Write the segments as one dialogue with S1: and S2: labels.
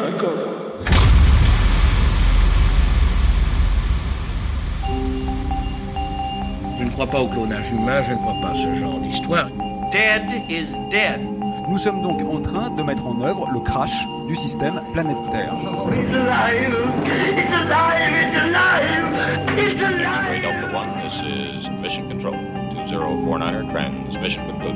S1: lesnotesbleus.com.
S2: Je ne crois pas au clonage humain, je ne crois pas à ce genre d'histoire.
S3: Dead is dead.
S4: Nous sommes donc en train de mettre en œuvre le crash du système planète Terre.
S5: It's alive! It's alive! It's alive! It's alive!
S6: Delta One, this is Mission Control. 2049er transmission concluded.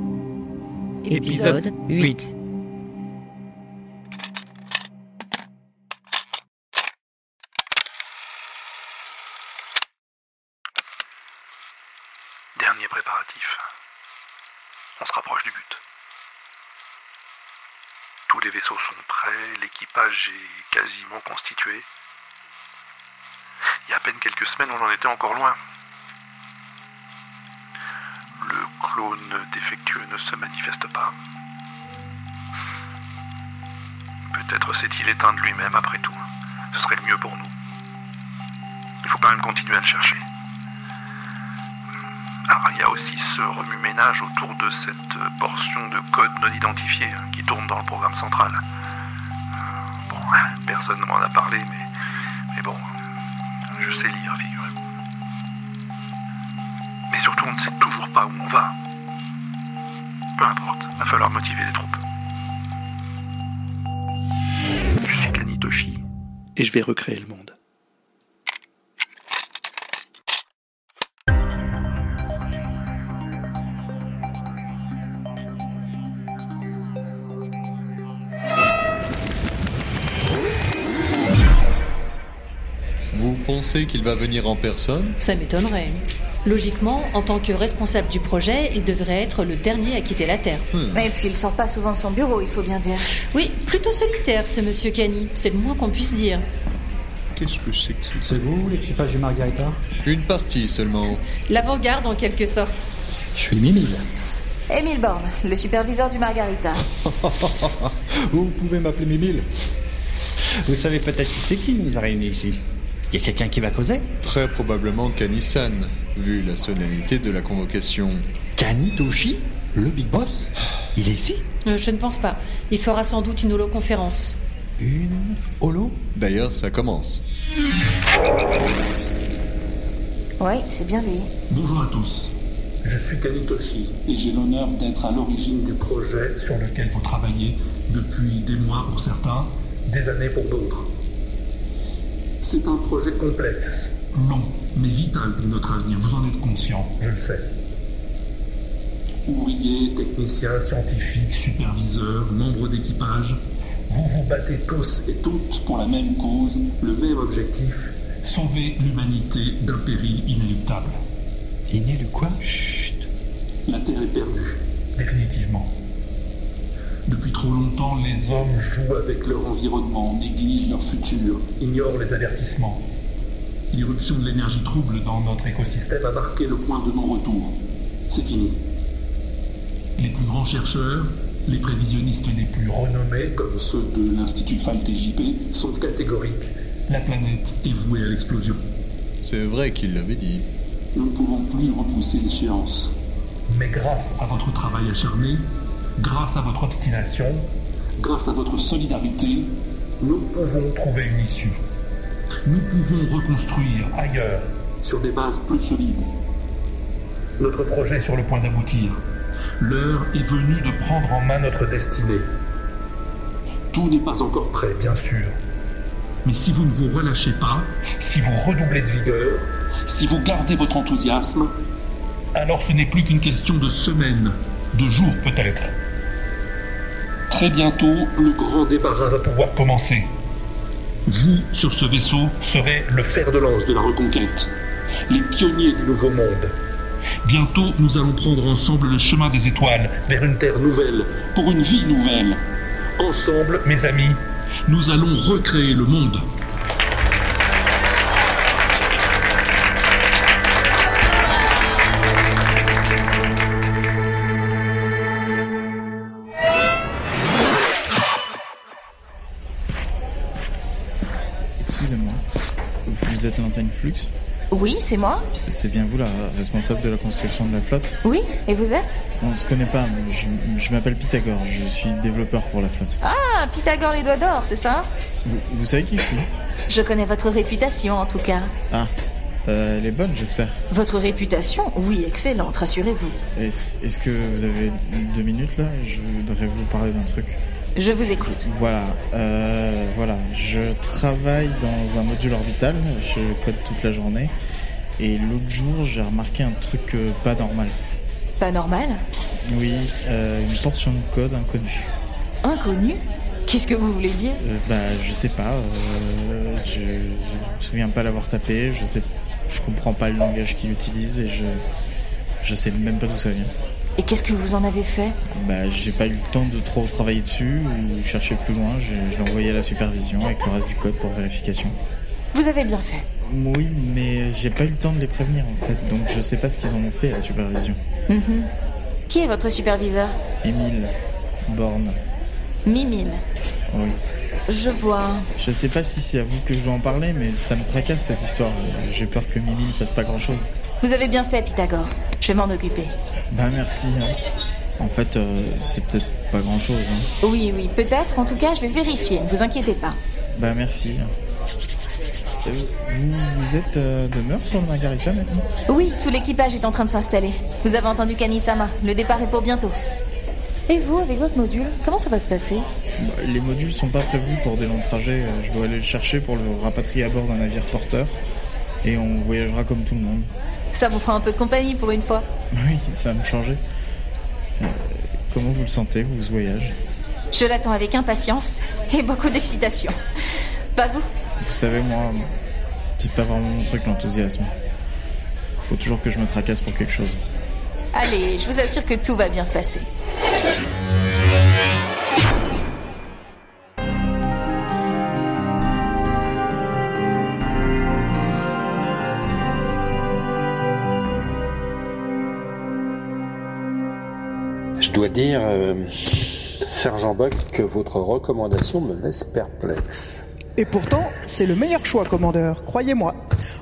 S7: Épisode 8.
S8: Dernier préparatif. On se rapproche du but. Tous les vaisseaux sont prêts, l'équipage est quasiment constitué. Il y a à peine quelques semaines, on en était encore loin. Le clone défectueux ne se manifeste pas. Peut-être s'est-il éteint de lui-même après tout. Ce serait le mieux pour nous. Il faut quand même continuer à le chercher. Aria aussi se remue-ménage autour de cette portion de code non identifié hein, qui tourne dans le programme central. Bon, personne ne m'en a parlé, mais, mais bon, je sais lire, figurez-vous. Mais surtout, on ne sait toujours pas où on va. Peu importe, va falloir motiver les troupes. Je suis Kanitoshi et je vais recréer le monde.
S9: Vous pensez qu'il va venir en personne
S10: Ça m'étonnerait. Logiquement, en tant que responsable du projet, il devrait être le dernier à quitter la Terre.
S11: Et puis il sort pas souvent de son bureau, il faut bien dire.
S10: Oui, plutôt solitaire ce monsieur Cani, c'est le moins qu'on puisse dire.
S9: Qu'est-ce que c'est que ça
S12: C'est vous, l'équipage du Margarita
S9: Une partie seulement.
S10: L'avant-garde en quelque sorte.
S12: Je suis Mimile.
S11: Émile Borne, le superviseur du Margarita.
S12: vous pouvez m'appeler Mimile. Vous savez peut-être qui c'est qui nous a réunis ici Il y a quelqu'un qui va causer
S9: Très probablement Kanisan, vu la solennité de la convocation.
S12: Kanitoshi Le Big Boss Il est ici
S10: Euh, je ne pense pas. Il fera sans doute une holoconférence.
S12: Une holo
S9: D'ailleurs, ça commence.
S11: Oui, c'est bien lui.
S13: Bonjour à tous. Je suis Kanitoshi et j'ai l'honneur d'être à l'origine du projet sur lequel vous travaillez depuis des mois pour certains, des années pour d'autres. C'est un projet complexe, long, mais vital pour notre avenir. Vous en êtes conscient, je le sais. Ouvriers, techniciens, scientifiques, superviseurs, membres d'équipage, vous vous battez tous et toutes pour la même cause, le même objectif, sauver l'humanité d'un péril inéluctable.
S12: Il est le quoi
S13: La Terre est perdue, définitivement. Depuis trop longtemps, les hommes jouent avec leur environnement, négligent leur futur, ignorent les avertissements. L'irruption de l'énergie trouble dans notre écosystème a marqué le point de non-retour. C'est fini. Les plus grands chercheurs, les prévisionnistes les plus renommés, comme ceux de l'Institut FAL-TJP, sont catégoriques. La planète est vouée à l'explosion.
S9: C'est vrai qu'il l'avait dit.
S13: Nous ne pouvons plus repousser l'échéance. Mais grâce à votre travail acharné, grâce à votre obstination, grâce à votre solidarité, nous pouvons trouver une issue. Nous pouvons reconstruire ailleurs, sur des bases plus solides. Notre projet est sur le point d'aboutir. L'heure est venue de prendre en main notre destinée. Tout n'est pas encore prêt, bien sûr. Mais si vous ne vous relâchez pas, si vous redoublez de vigueur, si vous gardez votre enthousiasme, alors ce n'est plus qu'une question de semaines, de jours peut-être. Très bientôt, le grand débarras va pouvoir commencer. Vous, sur ce vaisseau, serez le fer de lance de la reconquête, les pionniers du nouveau monde. Bientôt, nous allons prendre ensemble le chemin des étoiles vers une terre nouvelle, pour une vie nouvelle. Ensemble, mes amis, Nous allons recréer le monde.
S1: Excusez-moi, vous êtes l'enseigne Flux
S11: Oui, c'est moi
S1: C'est bien vous la responsable de la construction de la flotte
S11: Oui, et vous êtes
S1: On se connaît pas, mais je, je m'appelle Pythagore, je suis développeur pour la flotte.
S11: Ah, Pythagore les doigts d'or, c'est ça
S1: Vous, vous savez qui je suis
S11: Je connais votre réputation en tout cas.
S1: Ah, euh, elle est bonne j'espère.
S11: Votre réputation Oui, excellente, rassurez-vous.
S1: Est-ce est-ce que vous avez deux minutes là Je voudrais vous parler d'un truc.
S11: Je vous écoute.
S1: Voilà, euh, voilà. Je travaille dans un module orbital, je code toute la journée, et l'autre jour j'ai remarqué un truc euh, pas normal.
S11: Pas normal
S1: Oui, euh, une portion de code inconnue.
S11: Inconnu Qu'est-ce que vous voulez dire
S1: Euh, bah, je sais pas. euh, je, je me souviens pas l'avoir tapé. Je sais, je comprends pas le langage qu'il utilise et je, je sais même pas d'où ça vient.
S11: Et qu'est-ce que vous en avez fait
S1: Bah, j'ai pas eu le temps de trop travailler dessus ou chercher plus loin. Je, je l'ai envoyé à la supervision avec le reste du code pour vérification.
S11: Vous avez bien fait.
S1: Oui, mais j'ai pas eu le temps de les prévenir en fait, donc je sais pas ce qu'ils en ont fait à la supervision.
S11: Mhm. Qui est votre superviseur
S1: Émile, Borne,
S11: Mimile.
S1: oui.
S11: Je vois.
S1: Je sais pas si c'est à vous que je dois en parler, mais ça me tracasse cette histoire. J'ai peur que Mimi ne fasse pas grand chose.
S11: Vous avez bien fait, Pythagore. Je vais m'en occuper.
S1: Bah merci. hein. En fait, euh, c'est peut-être pas grand chose. Hein.
S11: Oui, oui, peut-être. En tout cas, je vais vérifier. Ne vous inquiétez pas.
S1: Bah merci. Euh, Vous, vous êtes euh, de Meurs sur le Margarita maintenant
S11: Oui, tout l'équipage est en train de s'installer. Vous avez entendu Kani-sama. Le départ est pour bientôt. Et vous, avec votre module, comment ça va se passer
S1: Bah, Les modules sont pas prévus pour des longs trajets. Euh, Je dois aller le chercher pour le rapatrier à bord d'un navire porteur. Et on voyagera comme tout le monde.
S11: Ça vous fera un peu de compagnie pour une fois.
S1: Oui, ça va me changer. Euh, comment vous le sentez, vous, ce voyage
S11: Je l'attends avec impatience et beaucoup d'excitation. Pas vous
S1: Vous savez, moi, c'est pas vraiment mon truc l'enthousiasme. Faut toujours que je me tracasse pour quelque chose.
S11: Allez, je vous assure que tout va bien se passer.
S14: Je dois dire, euh, Sergent Buck, que votre recommandation me laisse perplexe.
S15: Et pourtant, c'est le meilleur choix, commandeur, croyez-moi.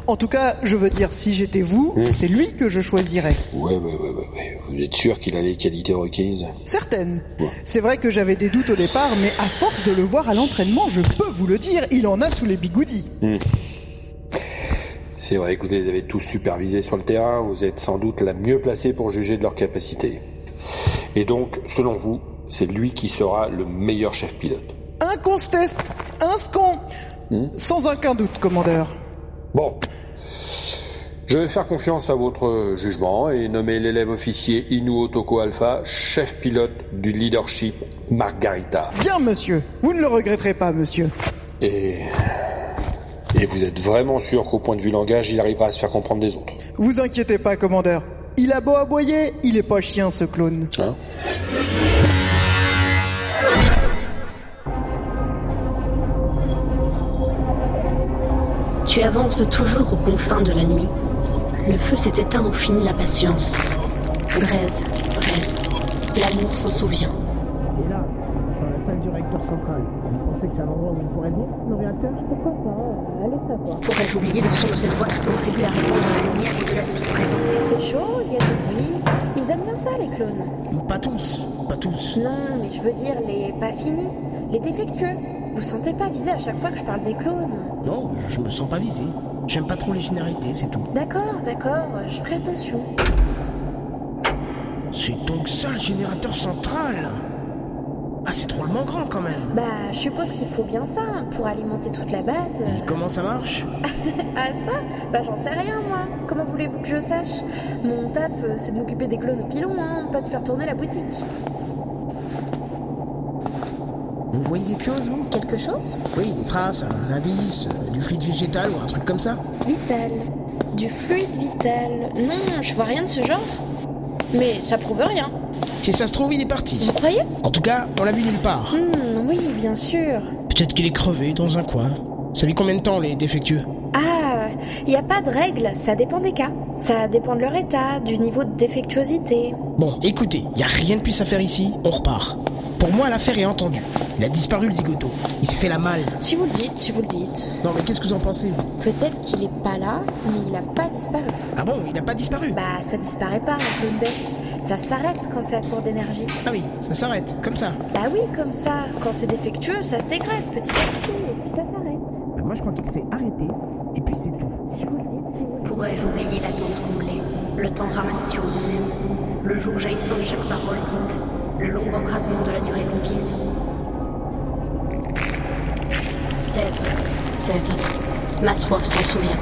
S15: En tout cas, je veux dire, si j'étais vous,
S14: Hmm.
S15: c'est lui que je choisirais.
S14: Ouais, ouais, ouais, ouais, ouais. Vous êtes sûr qu'il a les qualités requises
S15: Certaines. C'est vrai que j'avais des doutes au départ, mais à force de le voir à l'entraînement, je peux vous le dire, il en a sous les bigoudis.
S14: Hmm. C'est vrai que vous les avez tous supervisés sur le terrain, vous êtes sans doute la mieux placée pour juger de leur capacité. Et donc, selon vous, c'est lui qui sera le meilleur chef pilote.
S15: Un conteste, un scon, sans aucun doute, commandeur.
S14: Bon. Je vais faire confiance à votre jugement et nommer l'élève officier Inuo Toko Alpha chef pilote du leadership Margarita.
S15: Bien, monsieur, vous ne le regretterez pas, monsieur.
S14: Et... Et vous êtes vraiment sûr qu'au point de vue langage, il arrivera à se faire comprendre des autres
S15: Vous inquiétez pas, commandeur. Il a beau aboyer, il est pas chien, ce clone.
S14: Hein
S16: Tu avances toujours aux confins de la nuit. Le feu s'est éteint au fini la patience. Grèze, Grèze, l'amour s'en souvient.
S17: Et là, dans la salle du réacteur central, vous pensez que c'est un endroit où il pourrait venir, le réacteur Pourquoi pas Allez savoir.
S16: Pourrais-je oublier le son de cette voix qui contribue à répondre à la lumière au-delà de toute présence
S18: C'est chaud, il y a du bruit. Ils aiment bien ça, les clones.
S17: Pas tous, pas tous.
S18: Non, mais je veux dire les pas finis, les défectueux. Vous sentez pas visé à chaque fois que je parle des clones
S17: Non, je me sens pas visé. J'aime pas trop les généralités, c'est tout.
S18: D'accord, d'accord, je ferai attention.
S17: C'est donc ça le générateur central Ah, c'est drôlement grand quand même
S18: Bah, je suppose qu'il faut bien ça hein, pour alimenter toute la base.
S17: Et comment ça marche
S18: ah ça Bah j'en sais rien moi. Comment voulez-vous que je sache Mon taf, euh, c'est de m'occuper des clones au pilon, hein, pas de faire tourner la boutique.
S17: Vous voyez quelque chose, vous
S18: Quelque chose
S17: Oui, des traces, un indice, euh, du fluide végétal ou un truc comme ça.
S18: Vital. Du fluide vital. Non, je vois rien de ce genre. Mais ça prouve rien.
S17: Si ça se trouve, il est parti.
S18: Vous croyez
S17: En tout cas, on l'a vu nulle part.
S18: Hmm, oui, bien sûr.
S19: Peut-être qu'il est crevé dans un coin. Ça met combien de temps les défectueux
S7: Ah, il n'y a pas de règle, ça dépend des cas. Ça dépend de leur état, du niveau de défectuosité.
S19: Bon, écoutez, y a rien de plus à faire ici, on repart. Pour moi, l'affaire est entendue. Il a disparu le zigoto. Il s'est fait la malle.
S7: Si vous le dites, si vous le dites.
S19: Non, mais qu'est-ce que vous en pensez vous
S7: Peut-être qu'il est pas là, mais il n'a pas disparu.
S19: Ah bon, il n'a pas disparu
S7: Bah, ça disparaît pas, un peu de bête. Ça s'arrête quand c'est à court d'énergie.
S19: Ah oui, ça s'arrête, comme ça.
S7: Bah oui, comme ça. Quand c'est défectueux, ça se dégrade petit à petit, et puis ça s'arrête.
S19: moi, je crois qu'il s'est arrêté, et puis c'est tout.
S7: Si vous le dites, si vous le dites.
S20: Pourrais-je oublier l'attente comblée, le temps ramassé sur vous-même, le jour jaillissant de chaque parole dite, le long embrasement de la durée conquise Cèdre, cèdre, ma soif s'en souvient.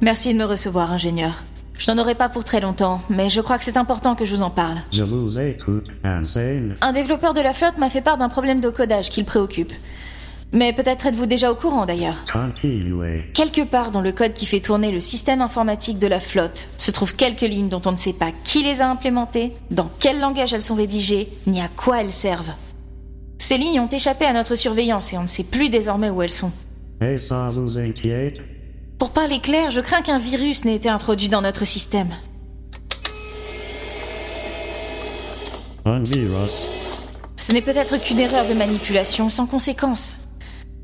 S11: Merci de me recevoir, ingénieur. Je n'en aurai pas pour très longtemps, mais je crois que c'est important que je vous en parle.
S13: Je vous écoute, Anselme.
S11: Un développeur de la flotte m'a fait part d'un problème de codage qui le préoccupe. Mais peut-être êtes-vous déjà au courant d'ailleurs.
S13: Continuez.
S11: Quelque part dans le code qui fait tourner le système informatique de la flotte se trouvent quelques lignes dont on ne sait pas qui les a implémentées, dans quel langage elles sont rédigées, ni à quoi elles servent. Ces lignes ont échappé à notre surveillance et on ne sait plus désormais où elles sont.
S13: Et ça vous inquiète
S11: Pour parler clair, je crains qu'un virus n'ait été introduit dans notre système.
S13: Un virus.
S11: Ce n'est peut-être qu'une erreur de manipulation sans conséquence.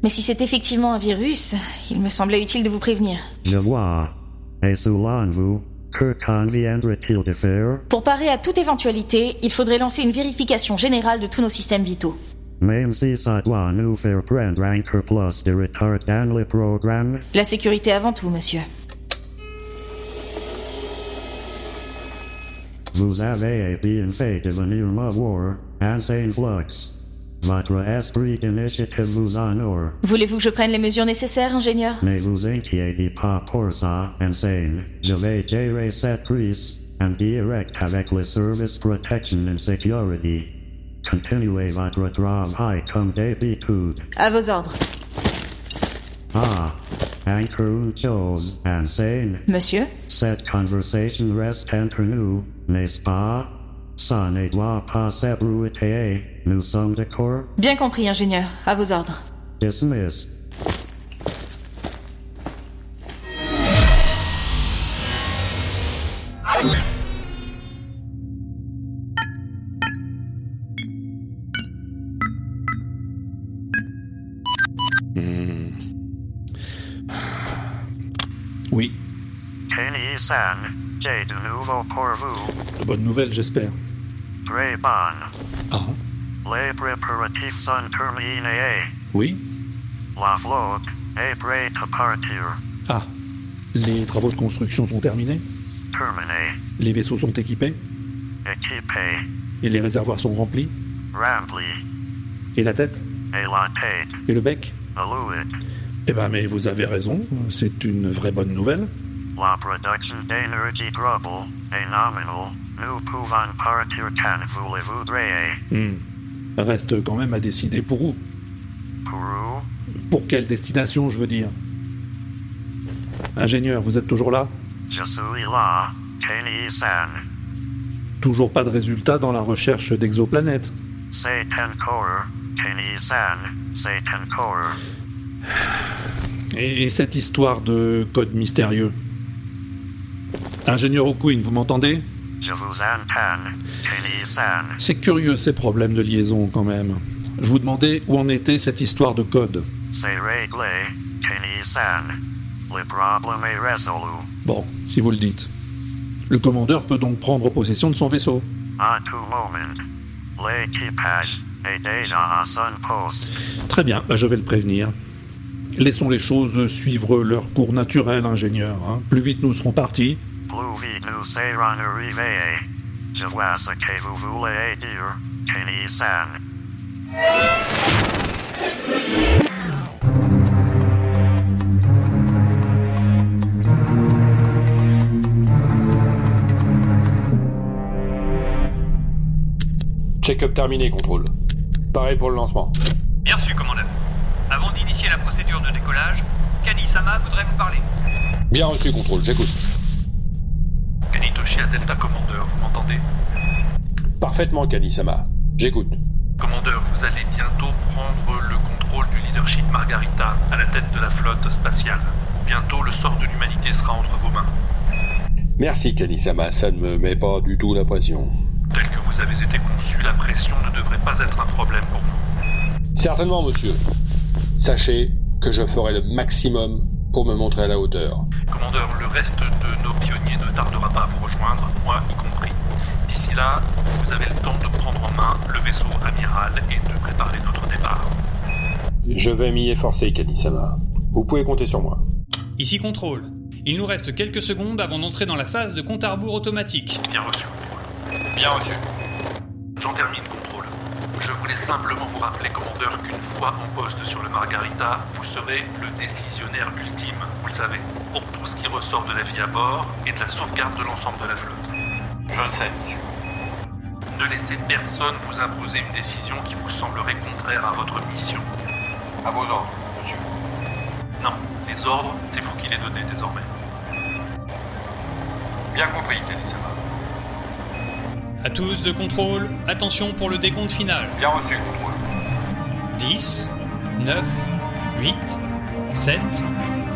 S11: Mais si c'est effectivement un virus, il me semblait utile de vous prévenir.
S13: Je vois. Et selon vous, que conviendrait-il de faire
S11: Pour parer à toute éventualité, il faudrait lancer une vérification générale de tous nos systèmes vitaux.
S13: Même si ça doit nous faire prendre un peu plus de retard dans le programme,
S11: La sécurité avant tout, monsieur.
S13: vous avez bien fait de venir me voir, Anselme Flux. Votre esprit d'initiative vous honore.
S11: Voulez-vous que je prenne les mesures nécessaires, ingénieur
S13: Ne vous inquiétez pas pour ça, Insane. Je vais gérer cette crise en direct avec le service protection and security. Continuez votre travail comme d'habitude.
S11: À vos ordres.
S13: Ah, encore une chose, Insane.
S11: Monsieur
S13: Cette conversation reste entre nous, n'est-ce pas? Ça ne doit pas s'ébruiter. Nous sommes d'accord?
S11: Bien compris, ingénieur. À vos ordres.
S13: Dismissed.
S21: Hmm.
S22: Hmm.
S21: Oui,
S13: Kenny San, j'ai de nouveau pour vous.
S21: de bonnes nouvelles, j'espère.
S13: Très bonne.
S21: Ah,
S13: Les préparatifs sont terminés.
S21: oui.
S13: La flotte est prête à partir.
S21: Ah, les travaux de construction sont terminés,
S13: Terminée,
S21: les vaisseaux sont équipés,
S13: équipée,
S21: et les réservoirs sont remplis,
S13: remplie,
S21: et la tête,
S13: et la tête,
S21: et le bec.
S13: allouée.
S21: Eh ben, mais vous avez raison, c'est une vraie bonne nouvelle.
S13: La production d'énergie trouble est nominale. Nous pouvons partir quand vous le voudrez.
S21: Hmm. Reste quand même à décider pour où.
S13: Pour vous,
S21: Pour quelle destination, je veux dire. Ingénieur, vous êtes toujours là
S13: je suis là, Kenny San.
S21: Toujours pas de résultat dans la recherche d'exoplanètes.
S13: C'est encore, Kenny San, c'est encore.
S21: Et, et cette histoire de code mystérieux Ingénieur O'Quinn, vous m'entendez
S13: Je vous entends, Kenny San.
S21: C'est curieux ces problèmes de liaison quand même. Je vous demandais où en était cette histoire de code.
S13: C'est réglé, Kenny San. Le problème est résolu.
S21: Bon, si vous le dites. Le commandeur peut donc prendre possession de son vaisseau.
S13: À tout moment, l'équipage est déjà à son poste.
S21: Très bien, bah, je vais le prévenir. Laissons les choses suivre leur cours naturel, ingénieur. hein. Plus vite nous serons partis,
S13: Plus vite nous serons arrivés. Je vois ce que vous voulez dire, Kenny San.
S23: Check-up terminé, contrôle. Pareil pour le lancement.
S13: Bien sûr, commandeur. Avant d'initier la procédure de décollage, Kani Sama voudrait vous parler.
S23: Bien reçu, contrôle, j'écoute.
S13: Kanitoshi à Delta, commandeur, vous m'entendez
S23: Parfaitement, Kani-sama. J'écoute.
S13: Commandeur, vous allez bientôt prendre le contrôle du leadership Margarita à la tête de la flotte spatiale. Bientôt, le sort de l'humanité sera entre vos mains.
S23: Merci, Kani-sama, ça ne me met pas du tout la pression.
S13: Tel que vous avez été conçu, la pression ne devrait pas être un problème pour vous.
S23: Certainement, monsieur. Sachez que je ferai le maximum pour me montrer à la hauteur.
S13: Commandeur, le reste de nos pionniers ne tardera pas à vous rejoindre, moi y compris. D'ici là, vous avez le temps de prendre en main le vaisseau amiral et de préparer notre départ.
S23: Je vais m'y efforcer, Kani-sama. Vous pouvez compter sur moi.
S24: Ici contrôle. Il nous reste quelques secondes avant d'entrer dans la phase de compte à rebours automatique.
S13: Bien reçu, contrôle. Bien reçu. J'en termine, contrôle. Je voulais simplement vous rappeler, commandeur, qu'une fois en poste sur le Margarita, vous serez le décisionnaire ultime, vous le savez, pour tout ce qui ressort de la vie à bord et de la sauvegarde de l'ensemble de la flotte. Je le sais, monsieur. Ne laissez personne vous imposer une décision qui vous semblerait contraire à votre mission.
S23: À vos ordres, monsieur.
S13: Non, les ordres, c'est vous qui les donnez désormais.
S23: Bien compris, Kanisama.
S24: À tous de contrôle, attention pour le décompte final.
S23: Bien reçu, contrôle.
S24: 10, 9, 8, 7,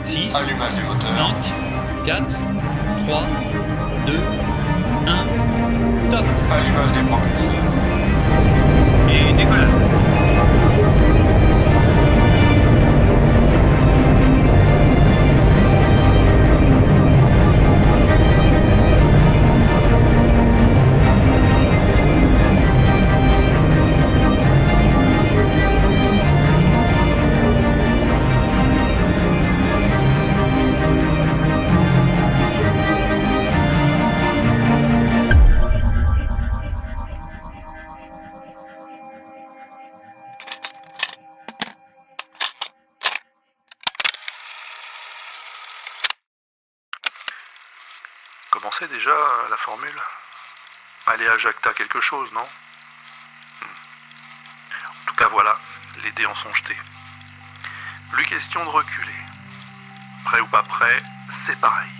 S24: 6,
S23: Allumage des moteurs.
S24: 5, 4, 3, 2, 1, top
S23: Allumage des propulseurs.
S13: Et décollage. Commencez déjà euh, la formule Allez à Jacta quelque chose, non Hmm. En tout cas, voilà, les dés en sont jetés. Plus question de reculer. Prêt ou pas prêt, c'est pareil.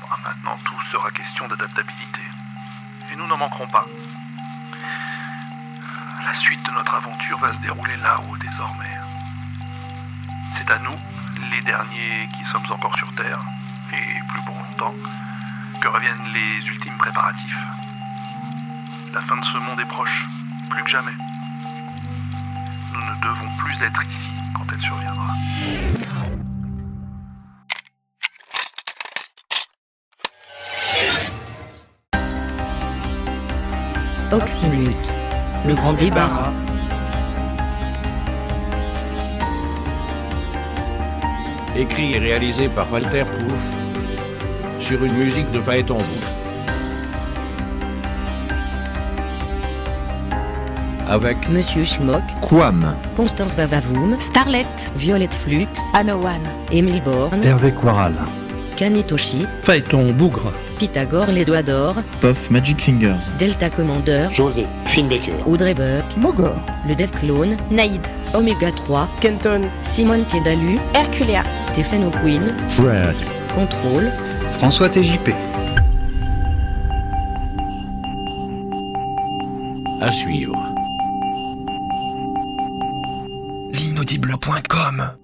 S13: Bon, maintenant, tout sera question d'adaptabilité. Et nous n'en manquerons pas. La suite de notre aventure va se dérouler là-haut désormais. C'est à nous, les derniers qui sommes encore sur Terre, et plus pour longtemps, que reviennent les ultimes préparatifs. La fin de ce monde est proche, plus que jamais. Nous ne devons plus être ici quand elle surviendra.
S7: Oxymute. Le grand débarras.
S14: Écrit et réalisé par Walter Pouf sur une musique de Phaéton Pouf. Avec
S7: Monsieur Schmock.
S25: Quam.
S7: Constance Vavavoum. Starlet. Violette Flux. Anowan. Émile Borne.
S25: Hervé Quaral.
S7: Kanitoshi.
S25: Phaéton Bougre.
S7: Pythagore Les Doigts d'Or.
S1: Puff Magic Fingers.
S7: Delta Commander.
S23: José. Finbaker.
S7: Audrey Burke.
S26: Mogor.
S7: Le Dev Clone.
S11: Naïd.
S7: Omega 3.
S26: Kenton.
S7: Simone Kedalu.
S11: Herculea.
S7: Stephen O'Quinn.
S27: Fred.
S7: Contrôle.
S25: François TJP.
S14: à suivre.
S28: L'inaudible.com